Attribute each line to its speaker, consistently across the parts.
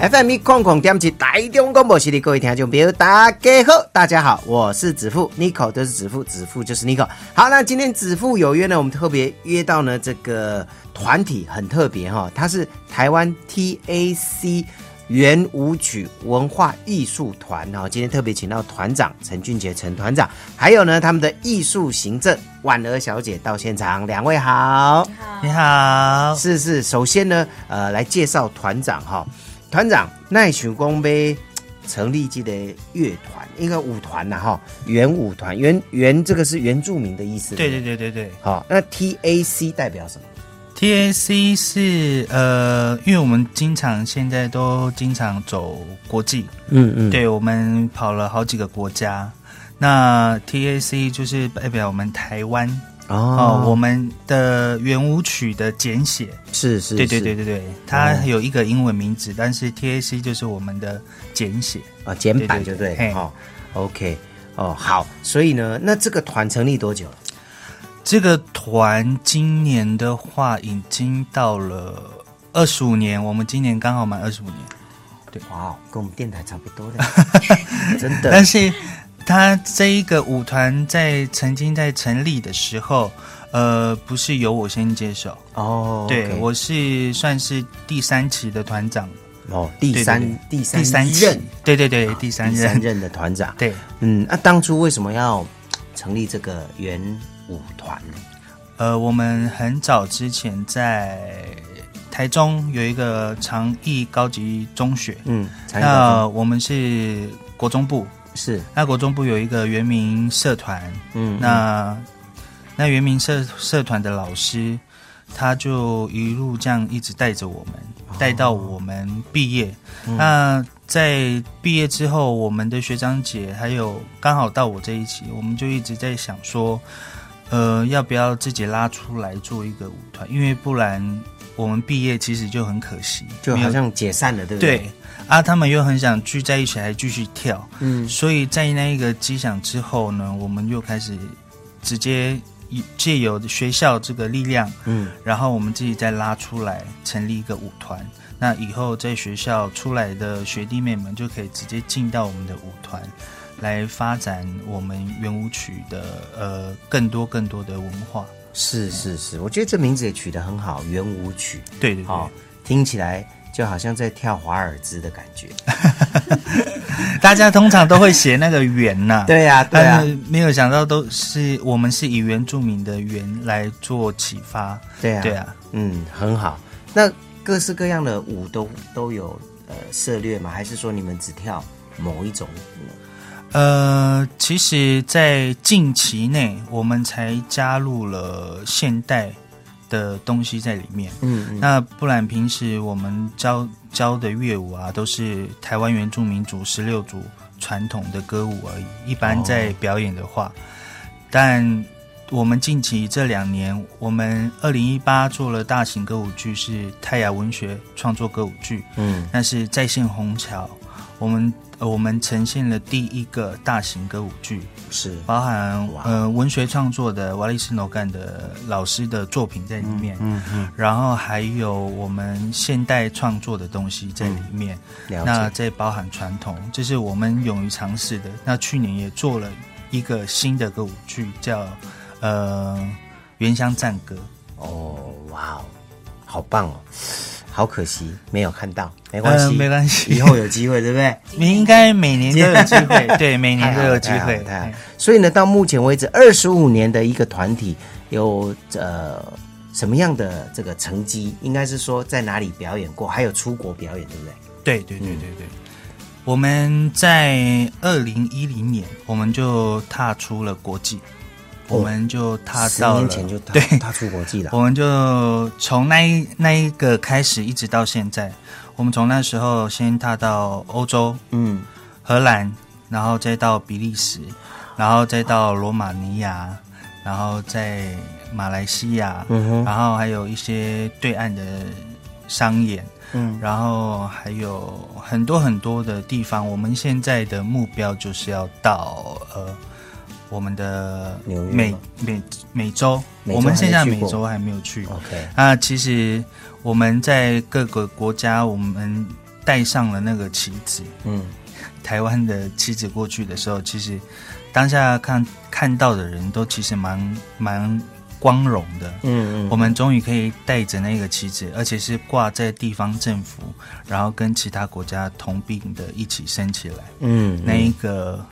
Speaker 1: FM 空空点起台中广播系列各位听众朋友，大家好，大家好，我是子父 Nico，都是子父，子父就是 Nico。好，那今天子父有约呢，我们特别约到呢这个团体很特别哈、它是台湾 TAC 圆舞曲文化艺术团哦，今天特别请到团长陈俊杰陈团长，还有呢他们的艺术行政婉儿小姐到现场，两位好。
Speaker 2: 你好，
Speaker 1: 是是，首先呢，呃，来介绍团长哈。团长奈想光杯成立这个乐团，应该舞团呐哈，原舞团，原原这个是原住民的意思。
Speaker 2: 对
Speaker 1: 不
Speaker 2: 对。对对对
Speaker 1: 好，那 TAC 代表什么？
Speaker 2: ，TAC 是呃，因为我们经常现在都经常走国际，
Speaker 1: 嗯嗯，
Speaker 2: 对我们跑了好几个国家。那 TAC 就是代表我们台湾哦、
Speaker 1: 哦，
Speaker 2: 我们的圆舞曲的简写。
Speaker 1: 是是，
Speaker 2: 对对对
Speaker 1: 是
Speaker 2: 对对，它
Speaker 1: 哦
Speaker 2: 有一个英文名字，但是 TAC 就是我们的简写。
Speaker 1: 啊，简版就对
Speaker 2: 对对对嘿
Speaker 1: 哦。OK，哦好，所以呢，那这个团成立多久了？
Speaker 2: 这个团今年的话已经到了二十五年，我们今年刚好满二十五年，
Speaker 1: 哇，跟我们电台差不 多的，真的。
Speaker 2: 但是。它这一个舞团在曾经在成立的时候，呃，不是由我先接手，
Speaker 1: 哦，
Speaker 2: 对
Speaker 1: OK
Speaker 2: 我是算是第三期的团长，
Speaker 1: 哦第三
Speaker 2: 对对
Speaker 1: 第
Speaker 2: 第三
Speaker 1: 三
Speaker 2: 期
Speaker 1: 任，啊
Speaker 2: 对对对，第三
Speaker 1: 第
Speaker 2: 任，
Speaker 1: 三任的团长。
Speaker 2: 对，
Speaker 1: 嗯，那、当初为什么要成立这个圆舞团呢？
Speaker 2: 呃，我们很早之前在台中有一个长益高级中学，
Speaker 1: 嗯，才
Speaker 2: 那我们是国中部，
Speaker 1: 是
Speaker 2: 那国中部有一个原民社团，
Speaker 1: 嗯
Speaker 2: 那那原民社社团的老师，他就一路这样一直带着我们，
Speaker 1: 哦
Speaker 2: 带到我们毕业。
Speaker 1: 嗯
Speaker 2: 那在毕业之后，我们的学长姐还有刚好到我这一期，我们就一直在想说，呃，要不要自己拉出来做一个舞团？因为不然我们毕业其实就很可惜，
Speaker 1: 就
Speaker 2: 没有
Speaker 1: 好像解散了，对不对？
Speaker 2: 对啊，他们又很想聚在一起，还继续跳。
Speaker 1: 嗯，
Speaker 2: 所以在那一个机响之后呢，我们就开始直接以借由学校这个力量，
Speaker 1: 嗯，
Speaker 2: 然后我们自己再拉出来成立一个舞团。那以后在学校出来的学弟妹们就可以直接进到我们的舞团，来发展我们圆舞曲的呃更多更多的文化。
Speaker 1: 是是是，我觉得这名字也取得很好，圆舞曲，
Speaker 2: 对对对，
Speaker 1: 哦，听起来就好像在跳华尔兹的感觉。
Speaker 2: 啊大家通常都会写那个圆呐、
Speaker 1: 对呀、对啊呀、
Speaker 2: 但是没有想到都是我们是以原住民的原来做启发，
Speaker 1: 对呀、
Speaker 2: 对，啊，
Speaker 1: 嗯，很好。那各式各样的舞都都有呃涉略吗？还是说你们只跳某一种舞呢？
Speaker 2: 呃，其实，在近期内我们才加入了现代的东西在里面。
Speaker 1: 嗯
Speaker 2: 那不然平时我们教教的乐舞啊，都是台湾原住民族十六族传统的歌舞而已。一般在表演的话，但我们近期这两年，我们二零一八做了大型歌舞剧，是泰雅文学创作歌舞剧，
Speaker 1: 嗯
Speaker 2: 那是在线虹桥。我们呃，我们呈现了第一个大型歌舞剧，
Speaker 1: 嗯，是
Speaker 2: 包含
Speaker 1: 哇
Speaker 2: 呃文学创作的瓦利斯诺干的老师的作品在里面，
Speaker 1: 嗯嗯，
Speaker 2: 然后还有我们现代创作的东西在里面，
Speaker 1: 嗯了
Speaker 2: 那
Speaker 1: 解。
Speaker 2: 再包含传统，这是我们勇于尝试的。那去年也做了一个新的歌舞剧，叫呃《原乡赞歌》。
Speaker 1: 哦，哇哦，好棒哦！好可惜没有看到，没关系、
Speaker 2: 呃没关系
Speaker 1: 以后有机会，对不对？
Speaker 2: 你应该每年都有机会， 对，每年都有机
Speaker 1: 太好
Speaker 2: 会
Speaker 1: 了。太好了
Speaker 2: 对
Speaker 1: 所以呢，到目前为止，二十五年的一个团体有呃什么样的这个成绩？应该是说在哪里表演过，还有出国表演，对不对？
Speaker 2: 对对
Speaker 1: 嗯
Speaker 2: 对对对，我们在二零一零年我们就踏出了国际，
Speaker 1: 哦
Speaker 2: 我们就踏
Speaker 1: 十
Speaker 2: 到
Speaker 1: 年
Speaker 2: 了
Speaker 1: 前就踏
Speaker 2: 对，
Speaker 1: 踏出国际了。
Speaker 2: 我们就从那一那一个开始一直到现在，我们从那时候先踏到欧洲
Speaker 1: 嗯，
Speaker 2: 荷兰，然后再到比利时，然后再到罗马尼亚，然后在马来西亚，
Speaker 1: 嗯哼，
Speaker 2: 然后还有一些对岸的商演，
Speaker 1: 嗯，
Speaker 2: 然后还有很多很多的地方。我们现在的目标就是要到呃我们的
Speaker 1: 纽约
Speaker 2: 美
Speaker 1: 吗
Speaker 2: 美美洲，
Speaker 1: 美洲
Speaker 2: 我们现在
Speaker 1: 还没去
Speaker 2: 美
Speaker 1: 过
Speaker 2: 洲还没有去。
Speaker 1: OK，
Speaker 2: 那其实我们在各个国家，我们带上了那个旗子，
Speaker 1: 嗯，
Speaker 2: 台湾的妻子过去的时候，其实当下看看到的人都其实蛮蛮光荣的。
Speaker 1: 嗯嗯，
Speaker 2: 我们终于可以带着那个旗子，而且是挂在地方政府，然后跟其他国家同并的一起升起来。
Speaker 1: 嗯
Speaker 2: 那一个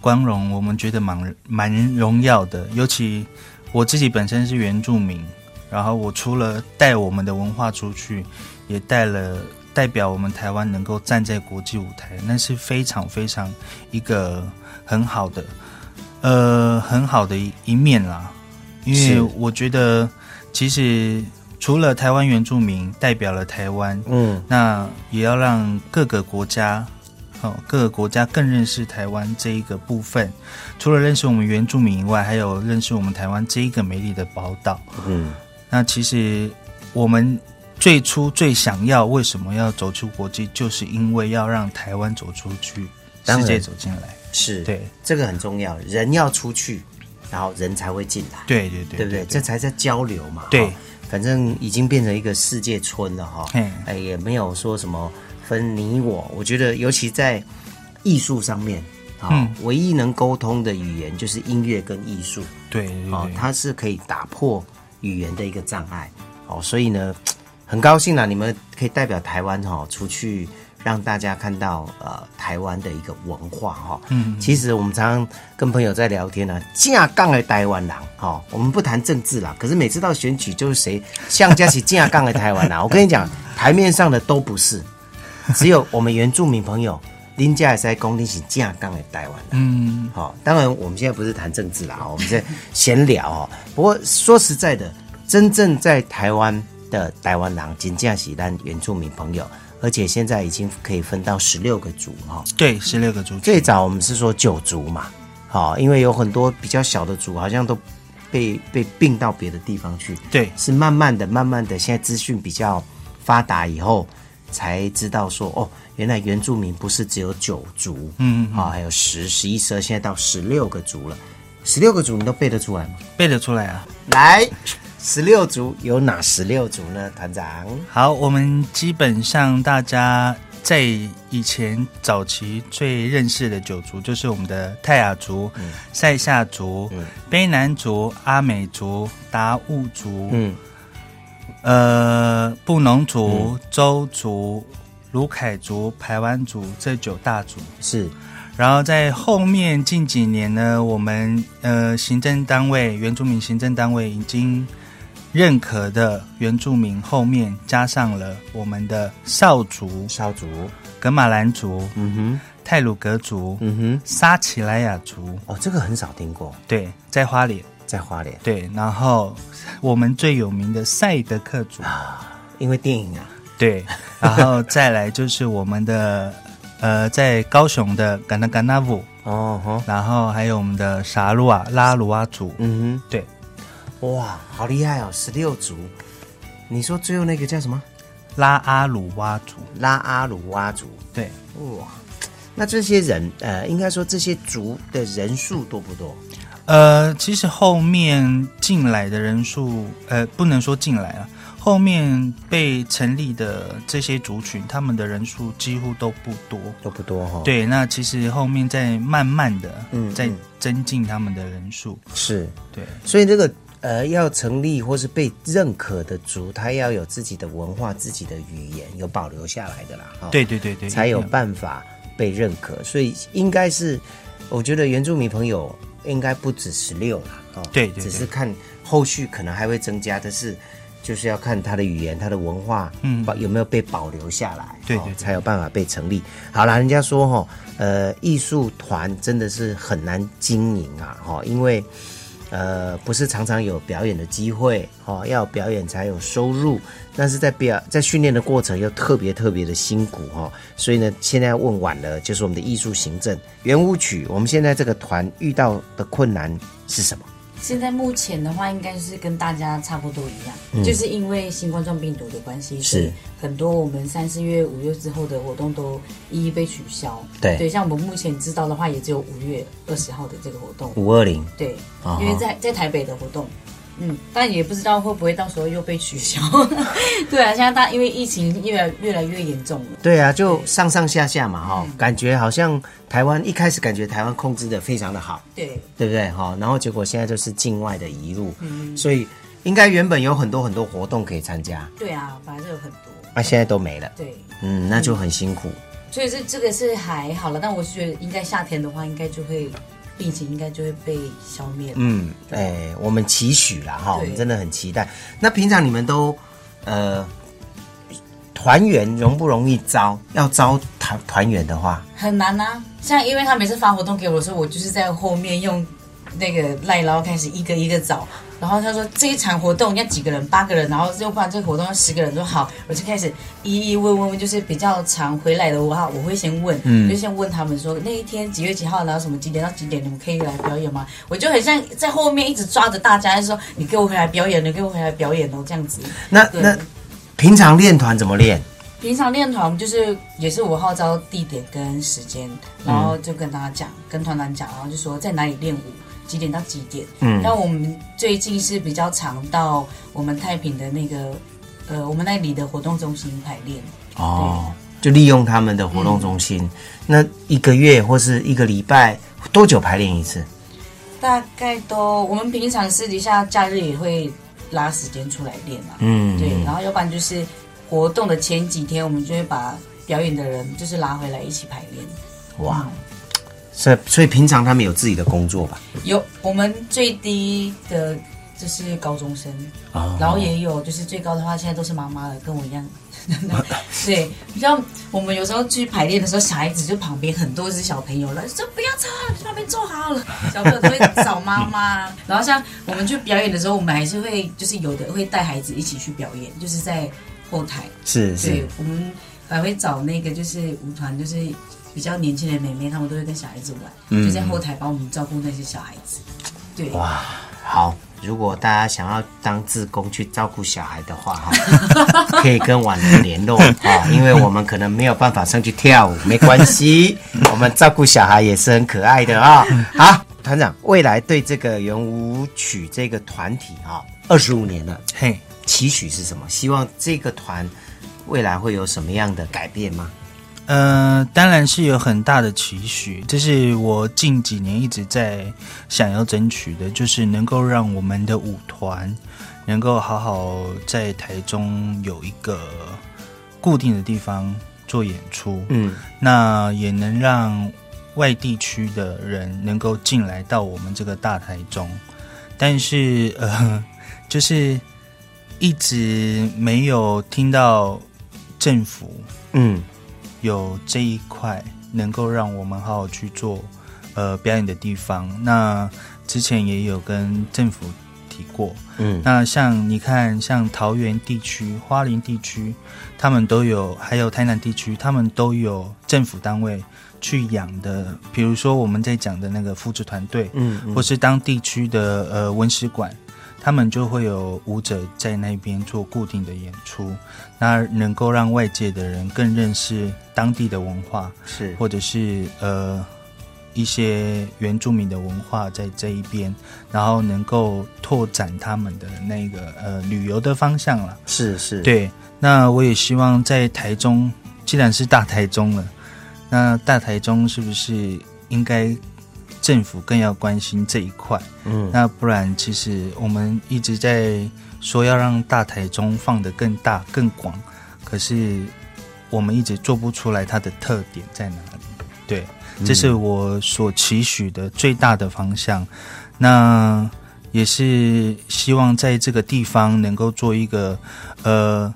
Speaker 2: 光荣，我们觉得蛮蛮荣耀的。尤其我自己本身是原住民，然后我除了带我们的文化出去，也带了代表我们台湾能够站在国际舞台，那是非常非常一个很好的，呃，很好的一一面啦。因
Speaker 1: 是
Speaker 2: 为我觉得，其实除了台湾原住民代表了台湾，
Speaker 1: 嗯
Speaker 2: 那也要让各个国家，哦，各个国家更认识台湾这一个部分。除了认识我们原住民以外，还有认识我们台湾这一个美丽的宝岛。
Speaker 1: 嗯
Speaker 2: 那其实我们最初最想要，为什么要走出国际，就是因为要让台湾走出去，
Speaker 1: 当然
Speaker 2: 世界走进来。
Speaker 1: 是，
Speaker 2: 对，
Speaker 1: 这个很重要，人要出去，然后人才会进来，
Speaker 2: 对对对
Speaker 1: 对不对？这才叫交流嘛。
Speaker 2: 对
Speaker 1: 哈反正已经变成一个世界村了哈
Speaker 2: 嘿，
Speaker 1: 哎，也没有说什么分你我，我觉得尤其在艺术上面。啊、
Speaker 2: 嗯
Speaker 1: 唯一能沟通的语言就是音乐跟艺术，
Speaker 2: 对对
Speaker 1: 哦
Speaker 2: 对，，
Speaker 1: 它是可以打破语言的一个障碍哦，所以呢，很高兴啊啦，你们可以代表台湾哈、哦、出去，让大家看到呃台湾的一个文化哈、哦。
Speaker 2: 嗯
Speaker 1: 其实我们常常跟朋友在聊天呢、啊，架杠的台湾人哦，我们不谈政治啦，可是每次到选举就是谁像家起架杠的台湾 人，我跟你讲，台面上的都不是，只有我们原住民朋友。林家也在公你是架杠的台湾人。
Speaker 2: 嗯，
Speaker 1: 好、当然我们现在不是谈政治啦，哦我们在闲聊哦。不过说实在的，真正在台湾的台湾狼金价喜丹原住民朋友，而且现在已经可以分到十六个族哈、哦。
Speaker 2: 对，十六个族群
Speaker 1: 最早我们是说九族嘛，好、因为有很多比较小的族好像都被被并到别的地方去，
Speaker 2: 对
Speaker 1: 是慢慢的、慢慢的，现在资讯比较发达以后，才知道说哦，原来原住民不是只有九族，
Speaker 2: 嗯嗯嗯
Speaker 1: 啊、还有十、十一、十二，现在到十六个族了。十六个族你都背得出来吗？
Speaker 2: 背得出来啊。
Speaker 1: 来，十六族有哪十六族呢？团长，
Speaker 2: 好，我们基本上大家在以前早期最认识的九族，就是我们的泰雅族、塞夏族、卑南族、阿美族、达悟族、
Speaker 1: 嗯，
Speaker 2: 呃布农族、周族、卢凯族、排湾族这九大族。
Speaker 1: 是，
Speaker 2: 然后在后面近几年呢，我们呃行政单位原住民行政单位已经认可的原住民后面加上了我们的少族、
Speaker 1: 少族，
Speaker 2: 格马兰族、
Speaker 1: 嗯哼，
Speaker 2: 泰鲁格族、
Speaker 1: 嗯哼，
Speaker 2: 撒奇莱雅族，
Speaker 1: 哦，这个很少听过，
Speaker 2: 对，在花莲，
Speaker 1: 在花莲，
Speaker 2: 对，然后我们最有名的赛德克族，
Speaker 1: 啊因为电影啊，
Speaker 2: 对，然后再来就是我们的呃在高雄的甘纳甘纳vũ，
Speaker 1: 哦吼，
Speaker 2: 然后还有我们的沙鲁瓦拉鲁阿族，
Speaker 1: 嗯
Speaker 2: 对。
Speaker 1: 哼，哇，好厉害哦，十六族。你说最后那个叫什么？
Speaker 2: 拉阿鲁哇族，
Speaker 1: 拉阿鲁哇族，
Speaker 2: 对，
Speaker 1: 哇，哦那这些人，呃，应该说这些族的人数多不多？
Speaker 2: 呃，其实后面进来的人数，呃，不能说进来了，后面被成立的这些族群，他们的人数几乎都不多。
Speaker 1: 都不多哈、，
Speaker 2: 对，那其实后面在慢慢的
Speaker 1: 哦嗯
Speaker 2: 在
Speaker 1: 嗯哦
Speaker 2: 增进他们的人数。
Speaker 1: 是，
Speaker 2: 对，
Speaker 1: 所以这个呃，要成立或是被认可的族，它要有自己的文化、自己的语言，有保留下来的啦，哈、
Speaker 2: 对对对对，
Speaker 1: 才有
Speaker 2: 一定
Speaker 1: 办法被认可。所以应该是，我觉得原住民朋友应该不止十六啦，哦，
Speaker 2: 对对对
Speaker 1: 只是看后续可能还会增加，但是就是要看他的语言、他的文化，
Speaker 2: 嗯
Speaker 1: 保有没有被保留下来，哦
Speaker 2: 对对对
Speaker 1: 才有办法被成立。好啦，人家说哈、哦，呃，艺术团真的是很难经营啊，哈、哦，因为。呃，不是常常有表演的机会哦，要有表演才有收入。但是在表在训练的过程又特别特别的辛苦哦，所以呢，现在问晚了，就是我们的艺术行政圆舞曲，我们现在这个团遇到的困难是什么？
Speaker 3: 现在目前的话，应该是跟大家差不多一样，
Speaker 1: 嗯
Speaker 3: 就是因为新冠状病毒的关系，所以很多我们三四月、五月之后的活动都一一被取消。
Speaker 1: 对
Speaker 3: 对，像我们目前知道的话，也只有五月二十号的这个活动。
Speaker 1: 五二零，
Speaker 3: 对
Speaker 1: 嗯啊哈，
Speaker 3: 因为在在台北的活动，嗯，但也不知道会不会到时候又被取消。 对啊，现在大因为疫情越来越来越严重了。
Speaker 1: 对嗯啊，就上上下下嘛哈、感觉好像台湾一开始感觉台湾控制的非常的好，
Speaker 3: 对，
Speaker 1: 对不对？哈，然后结果现在就是境外的移入，所以应该原本有很多很多活动可以参加，
Speaker 3: 对啊，反正有很多。
Speaker 1: 那、现在都没了，
Speaker 3: 对，
Speaker 1: 嗯，那就很辛苦。
Speaker 3: 所以这这个是还好了，但我是觉得应该夏天的话，应该就会病情应该就会被消灭了。
Speaker 1: 嗯，哎、我们期许啦哈，
Speaker 3: 对
Speaker 1: 我们真的很期待。那平常你们都呃团员容不容易招？要招团团员的话，
Speaker 3: 很难啊。像因为他每次发活动给我的时候，我就是在后面用那个赖捞开始一个一个找。然后他说这一场活动要几个人，八个人，然后又不然这个活动要十个人，说好，我就开始一一问问问，就是比较常回来的话，我会先问，就先问他们说那一天几月几号，然后什么几点到几点，你们可以来表演吗？我就很像在后面一直抓着大家，就说你给我回来表演，你给我回来表演哦，这样子。
Speaker 1: 那
Speaker 3: 对
Speaker 1: 那平常练团怎么练？
Speaker 3: 平常练团就是也是我号召地点跟时间，然后就跟大家讲，跟团长讲，然后就说在哪里练舞，几点到几点。
Speaker 1: 嗯
Speaker 3: 那我们最近是比较常到我们太平的那个，呃，我们那里的活动中心排练。
Speaker 1: 哦，就利用他们的活动中
Speaker 3: 嗯
Speaker 1: 心。那一个月或是一个礼拜多久排练一次？
Speaker 3: 大概都我们平常私底下假日也会拉时间出来练啊。
Speaker 1: 嗯
Speaker 3: 对，然后要不然就是活动的前几天，我们就会把表演的人就是拉回来一起排练。嗯
Speaker 1: 哇，所以所以平常他们有自己的工作吧？
Speaker 3: 有我们最低的就是高中生，
Speaker 1: 哦
Speaker 3: 然后也有就是最高的话，现在都是妈妈了，跟我一样。 对，像我们有时候去排练的时候，小孩子就旁边很多是小朋友了，就说不要吵了，去旁边坐好了。小朋友都会找妈妈。 然后像我们去表演的时候，我们还是会就是有的会带孩子一起去表演，就是在后台。
Speaker 1: 是
Speaker 3: 对
Speaker 1: 是，，
Speaker 3: 我们还会找那个就是舞团，就是比较年轻的妹妹，她们都会跟小孩子玩，就在后台帮我们照顾那些小孩子。对，
Speaker 1: 哇，好。如果大家想要当志工去照顾小孩的话，哈， 可以跟婉玲联络啊，因为我们可能没有办法上去跳舞，没关 系，我们照顾小孩也是很可爱的啊、好，团长，未来对这个圆舞曲这个团体啊，二十五年了，
Speaker 2: 嘿，
Speaker 1: 期许是什么？希望这个团未来会有什么样的改变吗？
Speaker 2: 呃，当然是有很大的期许，这是我近几年一直在想要争取的，就是能够让我们的舞团能够好好在台中有一个固定的地方做演出，
Speaker 1: 嗯，
Speaker 2: 那也能让外地区的人能够进来到我们这个大台中，但是呃，就是一直没有听到政府
Speaker 1: 嗯，
Speaker 2: 有这一块能够让我们好好去做呃表演的地方。那之前也有跟政府提过，
Speaker 1: 嗯
Speaker 2: 那像你看，像桃园地区、花莲地区，他们都有，还有台南地区，他们都有政府单位去养的，比如说我们在讲的那个复制团队，
Speaker 1: 嗯
Speaker 2: 或是当地区的呃文史馆，他们就会有舞者在那边做固定的演出，那能够让外界的人更认识当地的文化，
Speaker 1: 是
Speaker 2: 或者是呃一些原住民的文化在这一边，然后能够拓展他们的那个呃旅游的方向了。
Speaker 1: 是是，，
Speaker 2: 对，那我也希望在台中，既然是大台中了，那大台中是不是应该政府更要关心这一块？
Speaker 1: 嗯，
Speaker 2: 那不然其实我们一直在说要让大台中放得更大更广，可是我们一直做不出来它的特点在哪里。对，
Speaker 1: 嗯
Speaker 2: 这是我所期许的最大的方向。那也是希望在这个地方能够做一个呃，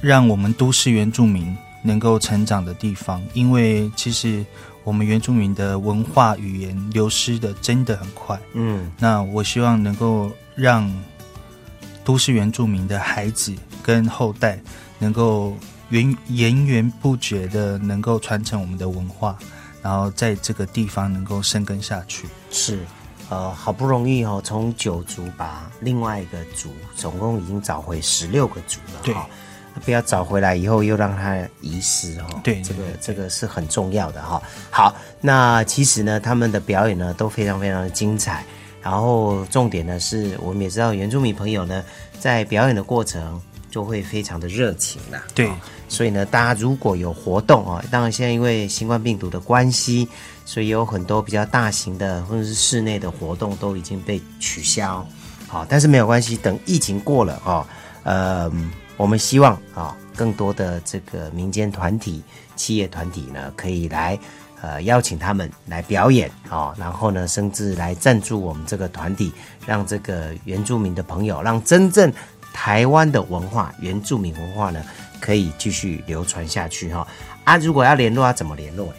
Speaker 2: 让我们都市原住民能够成长的地方，因为其实我们原住民的文化语言流失的真的很快。
Speaker 1: 嗯
Speaker 2: 那我希望能够让都市原住民的孩子跟后代能够源源源不绝的能够传承我们的文化，然后在这个地方能够生根下去。
Speaker 1: 是，呃，好不容易哦，从九族把另外一个族，总共已经找回十六个族了、哦，
Speaker 2: 对
Speaker 1: 不要找回来以后又让它遗失哦，
Speaker 2: 对
Speaker 1: 这个
Speaker 2: 对对
Speaker 1: 这个是很重要的哈、好，那其实呢，他们的表演呢都非常非常的精彩，然后重点呢是我们也知道原住民朋友呢在表演的过程就会非常的热情啦，
Speaker 2: 对
Speaker 1: 哦所以呢，大家如果有活动啊、哦，当然现在因为新冠病毒的关系，所以有很多比较大型的或者是室内的活动都已经被取消，好、但是没有关系，等疫情过了哦，呃，我们希望啊、更多的这个民间团体、企业团体呢，可以来呃邀请他们来表演哦，然后呢，甚至来赞助我们这个团体，让这个原住民的朋友，让真正台湾的文化、原住民文化呢，可以继续流传下去哈、啊，如果要联络，要怎么联络？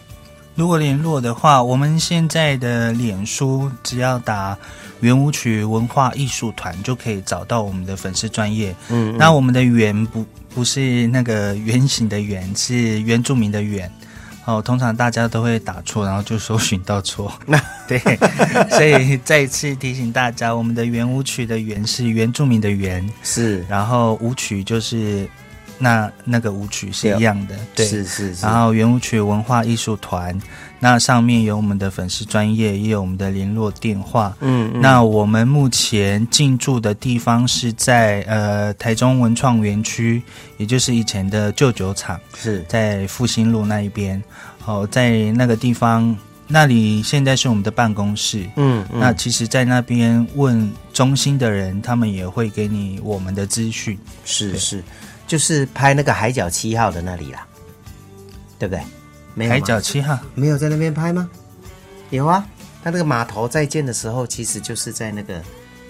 Speaker 2: 如果联络的话，我们现在的脸书只要打“圆舞曲文化艺术团”就可以找到我们的粉丝专业。嗯那我们的“圆”不不是那个圆形的“圆”，是原住民的“圆”。哦，通常大家都会打错，然后就搜寻到 错。那对，所以再次提醒大家，我们的“圆舞曲”的“圆”是原住民的“圆
Speaker 1: 是”，
Speaker 2: 然后舞曲就是那那个舞曲是一样的。对，
Speaker 1: 是是是，
Speaker 2: 然后圆舞曲文化艺术团，那上面有我们的粉丝专业，也有我们的联络电话。
Speaker 1: 嗯嗯
Speaker 2: 那我们目前进驻的地方是在呃台中文创园区，也就是以前的旧酒厂，
Speaker 1: 是
Speaker 2: 在复兴路那一边。哦，在那个地方，那里现在是我们的办公室。
Speaker 1: 嗯嗯
Speaker 2: 那其实，在那边问中心的人，他们也会给你我们的资讯。
Speaker 1: 是
Speaker 2: 对
Speaker 1: 是，就是拍那个海角七号的那里啦，对不对？没有吗
Speaker 2: 海角七号，
Speaker 1: 没有在那边拍吗？有啊，他那个码头再建的时候，其实就是在那个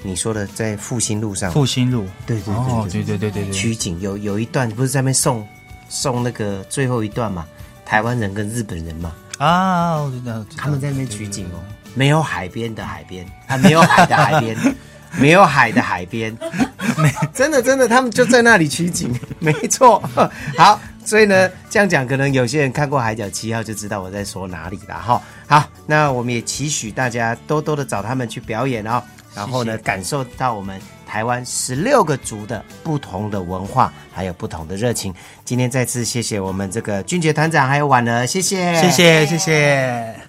Speaker 1: 你说的在复兴路上，
Speaker 2: 复兴路。
Speaker 1: 对对对
Speaker 2: 哦，
Speaker 1: 对
Speaker 2: 对对对对对。
Speaker 1: 取景有有一段不是在那边送送那个最后一段嘛，台湾人跟日本人嘛，
Speaker 2: 啊，我知道，我知道
Speaker 1: 他们在那边取景哦，没有海边的海边， 啊，没有海的海边， 没有海的海边，真的真的，他们就在那里取景， 没错。好，所以呢，这样讲，可能有些人看过《海角七号》就知道我在说哪里了哈。好，那我们也期许大家多多的找他们去表演哦，然后呢，感受到我们台湾十六个族的不同的文化，还有不同的热情。今天再次谢谢我们这个俊杰团长还有婉儿，谢谢，
Speaker 2: 谢谢，谢谢。